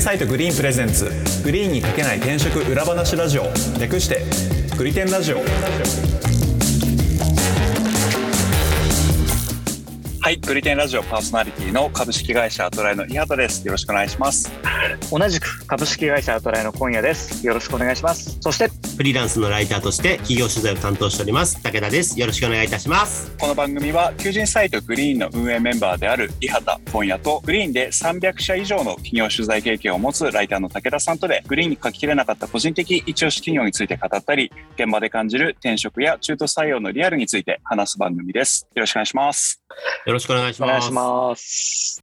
サイトグリーンプレゼンツグリーンにかけない転職裏話ラジオ略してグリテンラジオはいグリテンラジオパーソナリティの株式会社アトライの伊畑ですよろしくお願いします同じく株式会社アトライの今夜です。よろしくお願いします。そして、フリーランスのライターとして企業取材を担当しております武田ですよろしくお願いいたしますこの番組は求人サイトグリーンの運営メンバーである伊畑本屋とグリーンで300社以上の企業取材経験を持つライターの武田さんとでグリーンに書ききれなかった個人的一押し企業について語ったり現場で感じる転職や中途採用のリアルについて話す番組ですよろしくお願いしますよろしくお願いしおま願いすします。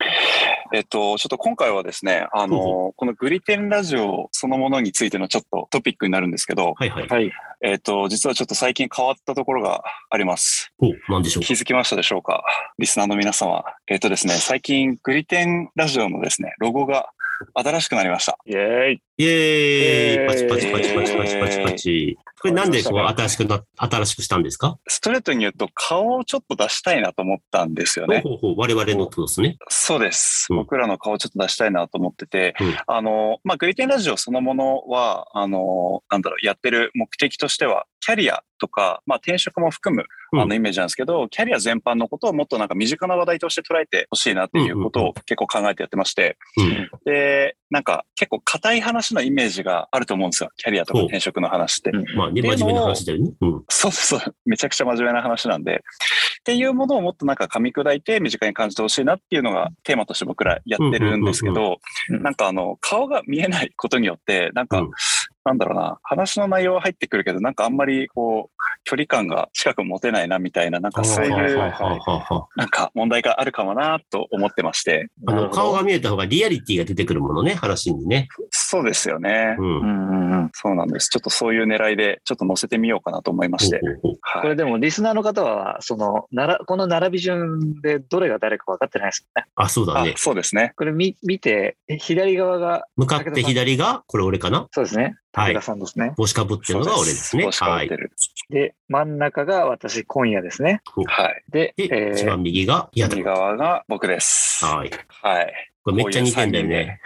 えっとちょっと今回はですねあのほうこのグリテンラジオそのものについてのちょっとトピックになるんですけどはいはいはい。えっと実はちょっと最近変わったところがありますおなんでしょう気かづきましたでしょうかリスナーの皆様。えっ、とですね、最近、グリテンラジオのですね、ロゴが新しくなりました。イェーイ。イエーイエーイイパチパチパチパチパチパチパチこれなんでこう新しくな新しくしたんですか、ストレートに言うと、顔をちょっと出したいなと思ったんですよね。ほうほうほう我々のってことですねそうです。うん僕らの顔をちょっと出したいなと思ってて、うんあの、まあ、グリテンラジオそのものは、あの、なんだろう、やってる目的としては、キャリアとか、まあ、転職も含む、うんあの、イメージなんですけど、キャリア全般のことをもっとなんか身近な話題として捉えてほしいなっていうことうんを結構考えてやってまして、うんで、なんか結構硬い話のイメージがあると思うんですよ。キャリアとかほう転職の話って。まあねでも真面目な話だよねうんそうそうそう。めちゃくちゃ真面目な話なんで。っていうものをもっとなんか噛み砕いて身近に感じてほしいなっていうのがテーマとして僕らやってるんですけうんうど、うんなんかあの、顔が見えないことによって、なんか、うんなんだろうな、話の内容は入ってくるけど、なんかあんまりこう、距離感が近く持てないなみたいな、なんかそう、はいいうはいはいはいはいなんか問題があるかもなと思ってまして。あなるのほど顔が見えた方がリアリティが出てくるものね話にねそうですよね。うんうほうんうんうん。そうなんです。ちょっとそういう狙いで、ちょっと載せてみようかなと思いまして。ほうはいこれでも、リスナーの方は、その、なら、この並び順でどれが誰か分かってないですよね。あそうだあねそうですね。これ見、見て、え左側が、向かって左がこれ俺かなそうですね。はい武田さんですね。帽子かぶってるのが俺ですねそうです帽子かぶはっいてる。で、真ん中が私、今夜ですね。ほうはい。で、えで、一ー、番右が嫌だ右側が僕です。ははい。い。これめっちゃ似てんだよね。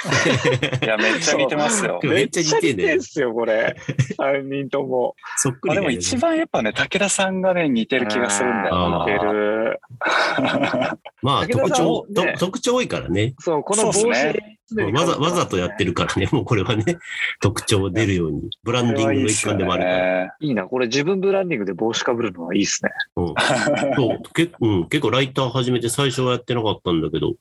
いや、めっちゃ似てますよそ。うめっちゃ似てんだよめっちゃ似んすよ、これ。3人とも。そっくまあでりだよもね。一番やっぱね、武田さんがね、似てる気がするんだよあな。似てる。まあ武田特さん徴も、ねと特徴多いからね。そう、この帽そう子、っすね常に被ってますねわざわざとやってるからね、もう これはね、特徴出るように、ブランディングの一環でもあるから。ね。いいな、これ自分ブランディングで帽子かぶるのはいいですね。うんそう結構うん結構ライター始めて最初はやってなかったんだけど、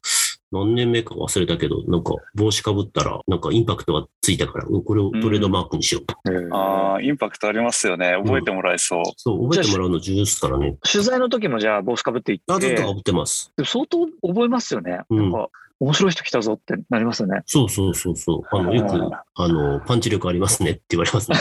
何年目か忘れたけど、なんか帽子かぶったら、なんかインパクトがついたから、うんこれをトレードマークにしようと。ああ、インパクトありますよね。覚えてもらえそう。そう、覚えてもらうの重要ですからね。取材の時もじゃあ帽子かぶっていって、あ、ずっでとかぶってます。も相当覚えますよね。うんなんか、面白い人来たぞってなりますよね。そうそうそうそう。あの、よく、あの、パンチ力ありますねって言われますね。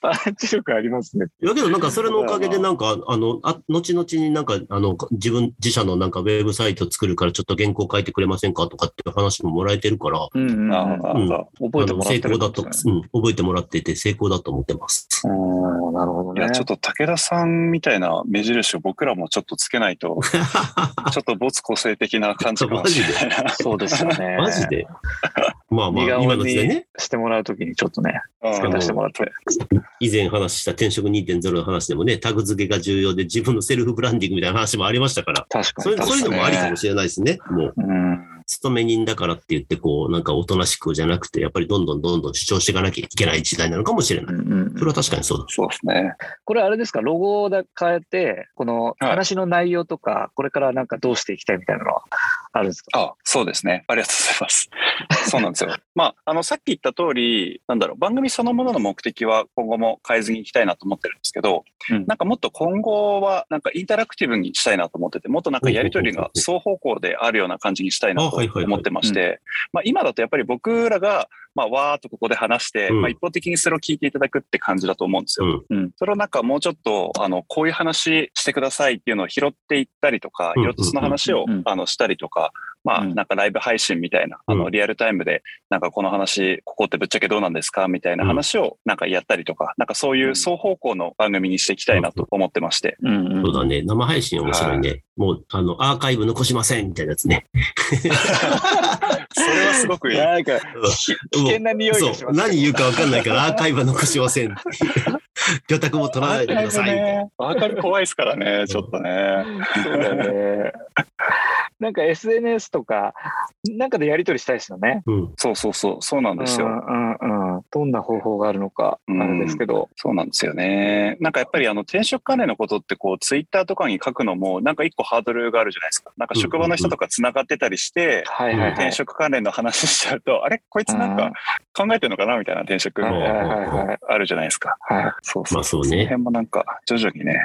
パンチ力ありますね。だけどなんかそれのおかげでなんか、あの、あ後々になんか、あの、自分自社のなんかウェブサイト作るからちょっと原稿書いてくれませんかとかっていう話ももらえてるから、うんうんうん、なるほどなるほど。覚えてあのもら成ってる功んだですと、ねうん、覚えてもらっていて成功だと思ってます。うん、なるほどいね。や、ちょっと武田さんみたいな目印を僕らもちょっとつけない と、ちょっと没個性的な感じかもしれないな。そうですよね。 マジでまあまあ、似顔絵今の時代ね、してもらう時にちょっとね、うん付け足してもらって。以前話した転職2.0の話でもね、タグ付けが重要で自分のセルフブランディングみたいな話もありましたから、確かそういにう確そうかに。いうのもありかもしれないですね。もう、うん勤め人だからって言って、こう、なんかおとなしくじゃなくて、やっぱりどんどんどんどん主張していかなきゃいけない時代なのかもしれない。うんうんそれは確かにそうだ。そうですね。これあれですか、ロゴをだ変えて、このはい話の内容とか、これからなんかどうしていきたいみたいなのはあるんです かあ、そうですね。ありがとうございます。そうなんですよ。まあ、あの、さっき言った通り、なんだろう、番組そのものの目的は今後も変えずにいきたいなと思ってるんですけど、うんなんかもっと今後は、なんかインタラクティブにしたいなと思ってて、もっとなんかやりとりが双方向であるような感じにしたいなあとはいはいはい思ってまして、まあ、今だとやっぱり僕らが、まあ、わーっとここで話して、うんまあ、一方的にそれを聞いていただくって感じだと思うんですよ。うん。それをなんかもうちょっと、あの、こういう話してくださいっていうのを拾っていったりとか、うんいろとその話をうんうん、あの、したりとか、まあ、うんなんかライブ配信みたいな、あうの、んリアルタイムで、なんかこの話、ここってぶっちゃけどうなんですかみたいな話を、なんかやったりとか、なんかそういう双方向の番組にしていきたいなと思ってまして。うんそうだね。生配信面白いね。もう、あの、アーカイブ残しませんみたいなやつね。それはすごくいい。なんか、危険な匂いそがしう、ます。何言うか分かんないからアーカイブは残しません。 魚拓も取らないでください。ね、アーカイブ怖いですからね、ちょっとね。そうだね。 なんか SNS とか、なんかでやり取りしたいですよね。うん、そうそうそう、そうなんですうよ。んうんうん。どんな方法があるのか、あうんれですけど。そうなんですよね。なんかやっぱりあの転職関連のことってこうツイッターとかに書くのもなんか一個ハードルがあるじゃないですか。なんか職場の人とか繋がってたりして、はいはいはい転。職関連の話しちゃうと、あれこいつなんか考えてるのかなみたいな転職うんあはいはいはいはい。あるじゃないですか。はいそうそう。まあそうそのね。辺もなんか徐々にね、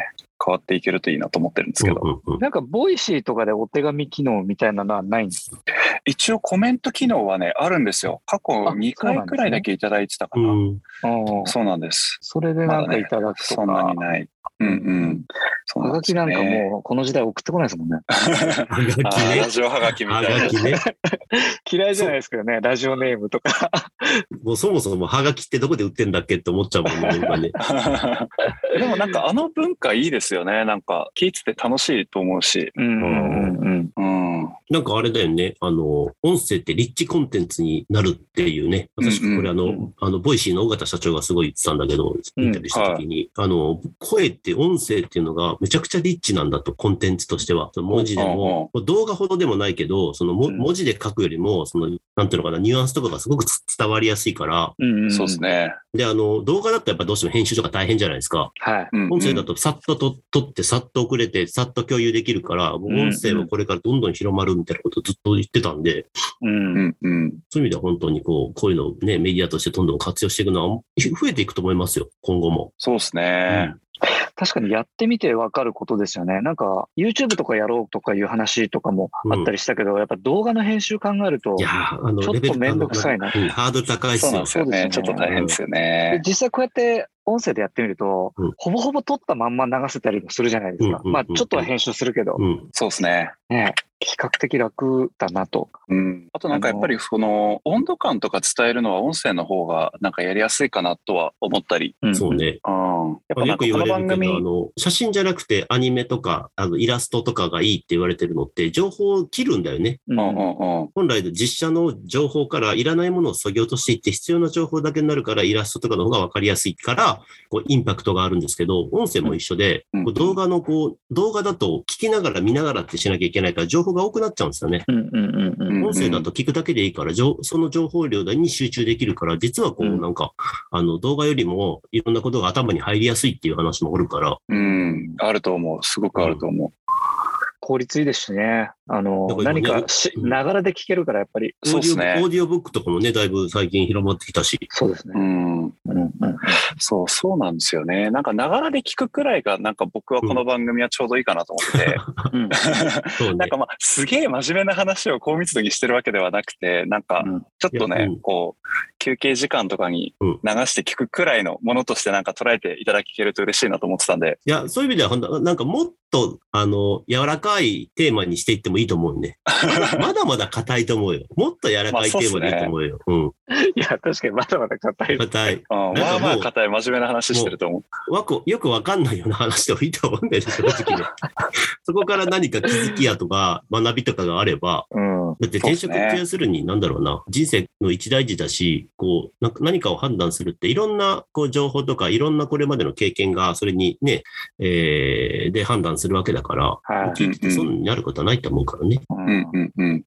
変わっていけるといいなと思ってるんですうんけうど。んうんなんか、ボイシーとかでお手紙機能みたいなのはないんですか一応コメント機能はね、あるんですよ。過去あ2そう回なんですねくらいだけいただいてたかな。うんうんそうなんです。それでなんかいただくとそか。んなにない。うんうん。そうはがきよなんねかもうこの時代送ってこないですもんね。はがきあーラね。ジオはがきみたはいなが。きね。嫌いじゃないですけどね、ラジオネームとか。もうそもそもはがきってどこで売ってんだっけって思っちゃうもんね、今ね。 でもなんかあの文化いいですよね。なんか聞いてて楽しいと思うし。うんうんうんうん。うん。はなんかあれだよね。あの、音声ってリッチコンテンツになるっていうね。私、こうんうんれあの、うんあの、ボイシーの尾形社長がすごい言ってたんだけど、うんインタビューした時に、あの、声って音声っていうのがめちゃくちゃリッチなんだと、コンテンツとしては。その文字でも、動画ほどでもないけど、そのも、うん文字で書くよりも、その、なんていうのかな、ニュアンスとかがすごくつ伝わりやすいから、うんうん、そうです。ね。で、あの、動画だったらやっぱどうしても編集とか大変じゃないですか。はい。うん音声だとさっとと撮って、さっと送れて、さっと共有できるから、もう音声はこれからどんどん広まるみたいなことをずっと言ってたんで、うう。んんうん。そういう意味では本当にこう、こういうのをね、メディアとしてどんどん活用していくのは増えていくと思いますよ、今後も。そうですね。確かにやってみてわかることですよね。なんか YouTube とかやろうとかいう話とかもあったりしたけど、やっぱ動画の編集考えるとい、やーあの、ちょっとレベルめんどくさいなあのうんハードル高いっすそうなんよで。すよね。ちそょうっとですよね大変ですよでね。実際こうやって音声でやってみると、うんほぼほぼ撮ったまんま流せたりもするじゃないですか。うんうんうんまあちょっとは編集するけど、うん。そうですね。ね、比較的楽だなと。うん、あとなんかやっぱりその温度感とか伝えるのは音声の方がなんかやりやすいかなとは思ったり、そうね。うん、やっぱなよんかくこ言のわれ番るけ組ど、あの、写真じゃなくてアニメとか、あの、イラストとかがいいって言われてるのって、情報を切るんだよね。ううんんうんうん本来の実写の情報からいらないものを削ぎ落としていって必要な情報だけになるからイラストとかの方が分かりやすいからこうインパクトがあるんですけど音声も一緒で、うんこう動画のこう動画だと聞きながら見ながらってしなきゃいけないから情報が多くなっちゃうんですよね。うんうんうんうんうん音声だと聞くだけでいいから、情その情報量に集中できるから、実はこううんなんか、あの動画よりもいろんなことが頭に入りやすいっていう話もあるから、うん、あると思う。すごくあると思効率いいですしね。あのだ、から何今ねかし、うんながらで聞けるからやっぱり。そうっすねオーディオオーディオブックとかもね、だいぶ最近広まってきたし、そうですう。うね。ん、うんうんうんそう、そうなんですよね。なんか、ながらで聞くくらいが、なんか僕はこの番組はちょうどいいかなと思って て、うんそうなんねか。まあ、すげえ真面目な話を高密度にしてるわけではなくて、なんか、ちょっといやねうん、こう、休憩時間とかにうん流して聞くくらいのものとしてなんか捉えていただけると嬉しいなと思ってたんで、いや、そういう意味では、ほんとなんかもっと、あの、柔らかいテーマにしていってもいいと思うね。まだまだ硬いと思うよ。もっと柔らかいテーマでいいと思うよ。いや、確かにまだまだ硬うん。い。硬い。うんなんかまもあうまあ硬い真面目な話してると思う。わこ、よくわかんないような話でもいいと思うんだよね、正直ね。そこから何か気づきやとか、学びとかがあれば、うん。だって転職って要するに、なんだろうな、人生の一大事だし、こう、なんか何かを判断するって、いろんなこう情報とか、いろんなこれまでの経験が、それにね、えーで判断するわけだから、はうんうんそうなることはないと思うからね。ういん。うんうん。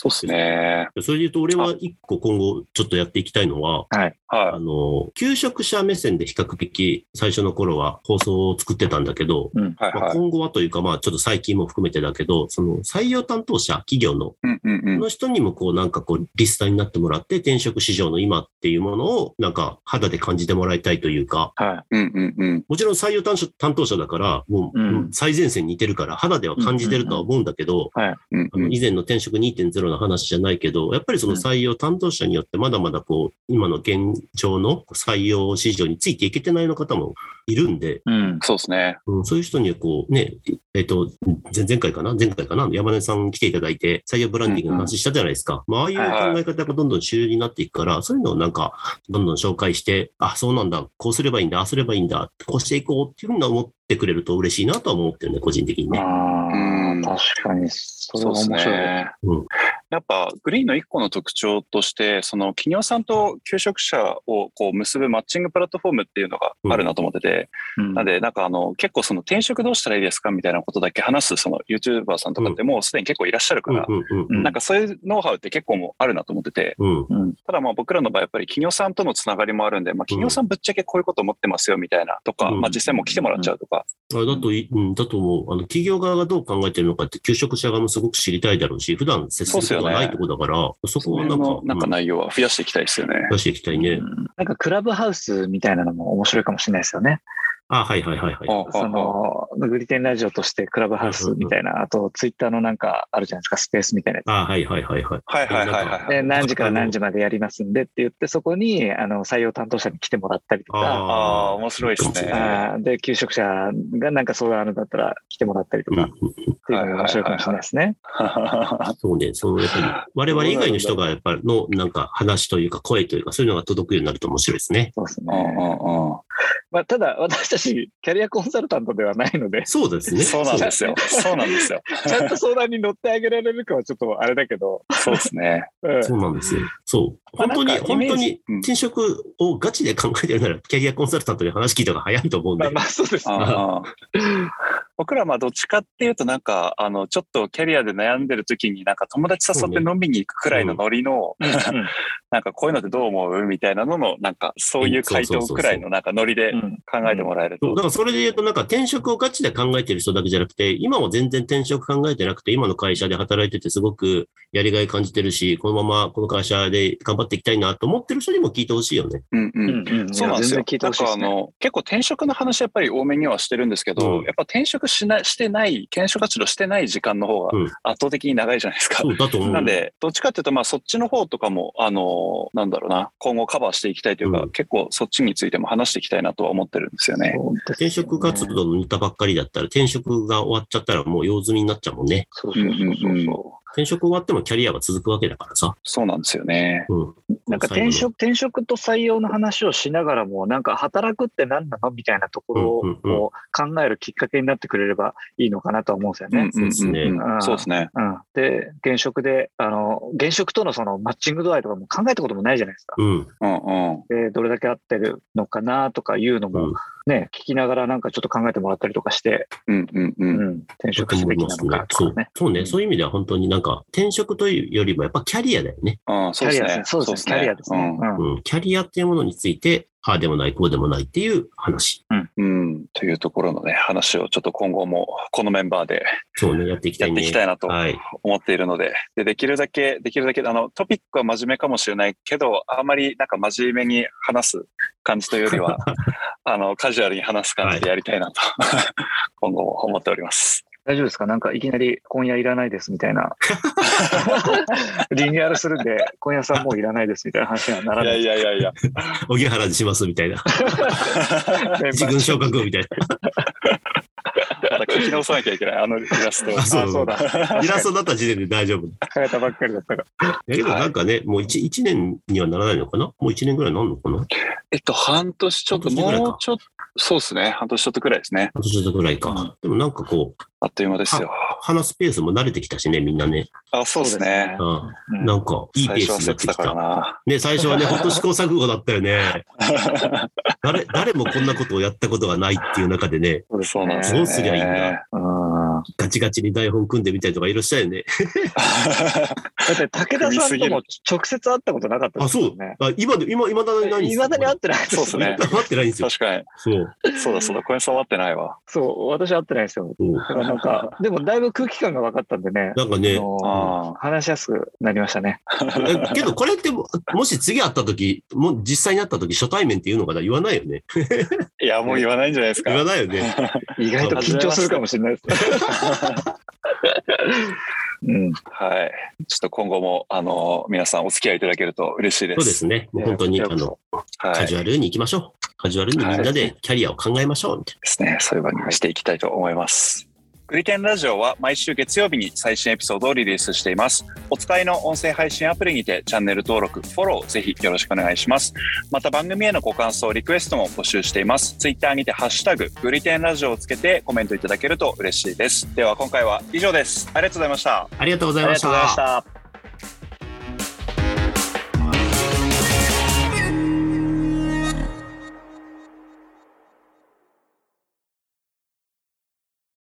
そうっすね。それで言うと、俺は一個今後ちょっとやっていきたいのは、はい。あはの、求職者目線で比較的最初の頃は放送を作ってたんだけど、うん。い。はいまあはい。今後はというか、まあちょっと最近も含めてだけど、その採用担当者、企業の、うんうんうん。の人にもこうなんかこうリスターになってもらって、転職市場の今っていうものをなんか肌で感じてもらいたいというか、はうんうんうん。もちろん採用担当担当者だから、もううん最前線にいてるから肌では感じてるとは思うんだけど、うんあの以前の転職2.0の話じゃないけど、やっぱりその採用担当者によって、まだまだこう今の現状の採用市場についていけてないの方もいるんで、い。うん。そうっすね。うん、そういう人にこう、ねえっと前前回かな、前回かな、山根さん来ていただいて、採用ブランディングの話したじゃないですか、まあ、ああいう考え方がどんどん主流になっていくから、そういうのをなんか、どんどん紹介して、あそうなんだ、こうすればいいんだ、ああすればいいんだ、こうしていこうっていうふうに思ってくれると嬉しいなとは思ってるね、個人的にね。あうあん、確かに、それそはうっす面白い。ね。うんやっぱグリーンの一個の特徴として、その企業さんと求職者をこう結ぶマッチングプラットフォームっていうのがあるなと思ってて、うんなんでなんかあの結構その転職どうしたらいいですかみたいなことだけ話すその YouTuber さんとかってもうすでに結構いらっしゃるから、うんうんうんなんかそういうノウハウって結構もうあるなと思ってて、うんうんただまあ僕らの場合やっぱり企業さんとのつながりもあるんで、まあ、企業さんぶっちゃけこういうこと思ってますよみたいなとか、うんまあ実際もう来てもらっちゃうとか、あだとい、うん、だと思う。あの、企業側がどう考えてるのかって、求職者側もすごく知りたいだろうし、普段接することがないところだから、そこそはれなんかの、なんかうん内容は増やしていきたいですよね。出していきたいね。なんかクラブハウスみたいなのも面白いかもしれないですよね。あ、はいはいはいはい。ああそああのグリテンラジオとしてクラブハウスみたいな、あとツイッターのなんかあるじゃないですか、スペースみたいなやあ、はいはいはいはい。はいはいはいはいつ。で、何時から何時までやりますんでって言って、そこにあの採用担当者に来てもらったりとか、ああ、面白いですね。あーで、求職者がなんかそういうのだったら来てもらったりとうんうかんっ、ていうのが面白いかもしれないですね。そうね、そのやっ ぱり、我々以外の人が、やっぱりの、なんか話というか、声というか、そういうのが届くようになると面白いですね。そうですうんうね。んうんまあ、ただ、私たちキャリアコンサルタントではない ので、そうですね。そうなんですよ。 そうなんですよ。ちゃんと相談に乗ってあげられるかはちょっとあれだけど、そうですね。うんそうなんですよ。そう。まあ本当なに、んかイ本メ当ージにうん転職をガチで考えてるなら、キャリアコンサルタントで話聞いた方が早いと思うんまであ、。まあそうですね。あー僕らはまあどっちかっていうとなんかあのちょっとキャリアで悩んでる時になんか友達誘って飲みに行くくらいのノリのうんなんかこういうのってどう思うみたいなののなんかそういう回答くらいのなんかノリでうん考えてもらえるそうとだからそれで言うと、なんか転職をガチで考えてる人だけじゃなくて、今は全然転職考えてなくて、今の会社で働いててすごくやりがい感じてるし、このままこの会社で頑張っていきたいなと思ってる人にも聞いてほしいよね。うんううんんうんそうなんですよいや全然聞いてほしいですねなんかあの結構転職の話やっぱり多めにはしてるんですけど、うんやっぱ転職しなしてない転職活動してない時間の方がうん圧倒的に長いじゃないですか。そうだと思う。なんで、どっちかっていうと、まあ、そっちの方とかも、あのなんだろうな、今後カバーしていきたいというか、うん結構そっちについても話していきたいなとは思ってるんですよね。そうですよね転職活動の似たばっかりだったら、転職が終わっちゃったらもう用済みになっちゃうもんね。そうそうそうそう。うんうん転職終わってもキャリアは続くわけだからさ。そうなんですよね。うん。なんか転職転職と採用の話をしながらも、なんか働くって何なのみたいなところをうんうんうんこう考えるきっかけになってくれればいいのかなとは思うんですようんね。うんうんそうんそううですねですね。うんで、現職であの、現職とのそのマッチング度合いとかも考えたこともないじゃないですか。うん。うんうん。でどれだけ合ってるのかなとかいうのうんも、ね、聞きながらなんかちょっと考えてもらったりとかして、うんうんう。うんん、転職すべきなのかそとうかね。そうね、うんそういう意味では本当になんか転職というよりもやっぱキャリアだよね。うん、キそうャでリすアですねね。。そうですね。キャリアですね。うんうん、キャリアっていうものについて、ああでもない、こうでもないっていう話。うん。うん。というところのね、話をちょっと今後もこのメンバーでそうね、やっていきたやっいてね。いきたいなとはい。思っているので、でできるだけ、できるだけ、あの、トピックは真面目かもしれないけど、あんまりなんか真面目に話す感じというより は、あの、カジュアルに話す感じでやりたいな と、今後も思っております。大丈夫ですかなんかいきなり今夜いらないですみたいな。リニューアルするんで、今夜さんもういらないですみたいな話にはならいなやい。いやいや いや。荻原にしますみ たいな。メン自バー分昇格みたいまだ書き直さなきゃいけない、あのイラストあそうあ、そうだ。な。イラストトだった時点で大丈夫。だ変えたばっかりだったから。けどなんかね、もう 1, 一年にはならないのかなもう1年ぐらいになるのかなえっと、半年ちょっと、半年ぐらいかもうちょっと、そうですね、半年ちょっとくらいですね。あとちょっとぐらいか。でもなんかこう、あっという間ですよ。話すペースも慣れてきたしね、みんなね。あ、そうですね。うんうんなんか、いいペー最ス初は節になってきだからた。な。ね、最初はね、ほんと試行錯誤だったよね。誰、誰もこんなことをやったことがないっていう中でね、そうで すそうなんねですよ、ね。どうすりゃいいんだうんガチガチに台本組んでみたりとかいらっしゃるよね。 だって武田さんとも直接会ったことなかったあ、ですもそうんね。。あ今で、今、いまだにないんですいまだに会ってないそうですね 会ってないんですよ。確かそう。に。そうだそうだ、小林さんは会ってないわ。そう、私会ってないですよ。そうだからな んか、でもだいぶ空気感が分かったんでね。なんかねあ、あの話しやすくなりましたね。えけどこれっても、もし次会った時、もう実際に会った時、初対面っていうのかな言わないよね。あ。いや、もう言わないんじゃないですか。言わないよね。意外と緊張するかもしれないです。うん、はい。ちょっと今後も、あの、皆さんお付き合いいただけると嬉しいで。そうですすね。もう本当に、あの、はカい。ジでュアルに行きましょう。カジュアルにみんなでキャリアを考えましょう。みたいすね。そういう場にしていきたいと思います。グリテンラジオは毎週月曜日に最新エピソードをリリースしています。お使いの音声配信アプリにてチャンネル登録、フォロー、ぜひよろしくお願いします。また番組へのご感想、リクエストも募集しています。ツイッターにてハッシュタグ、グリテンラジオをつけてコメントいただけると嬉しいです。では今回は以上です。ありがとうございました。なありがとうごあざいまりがとしうございまたし。た。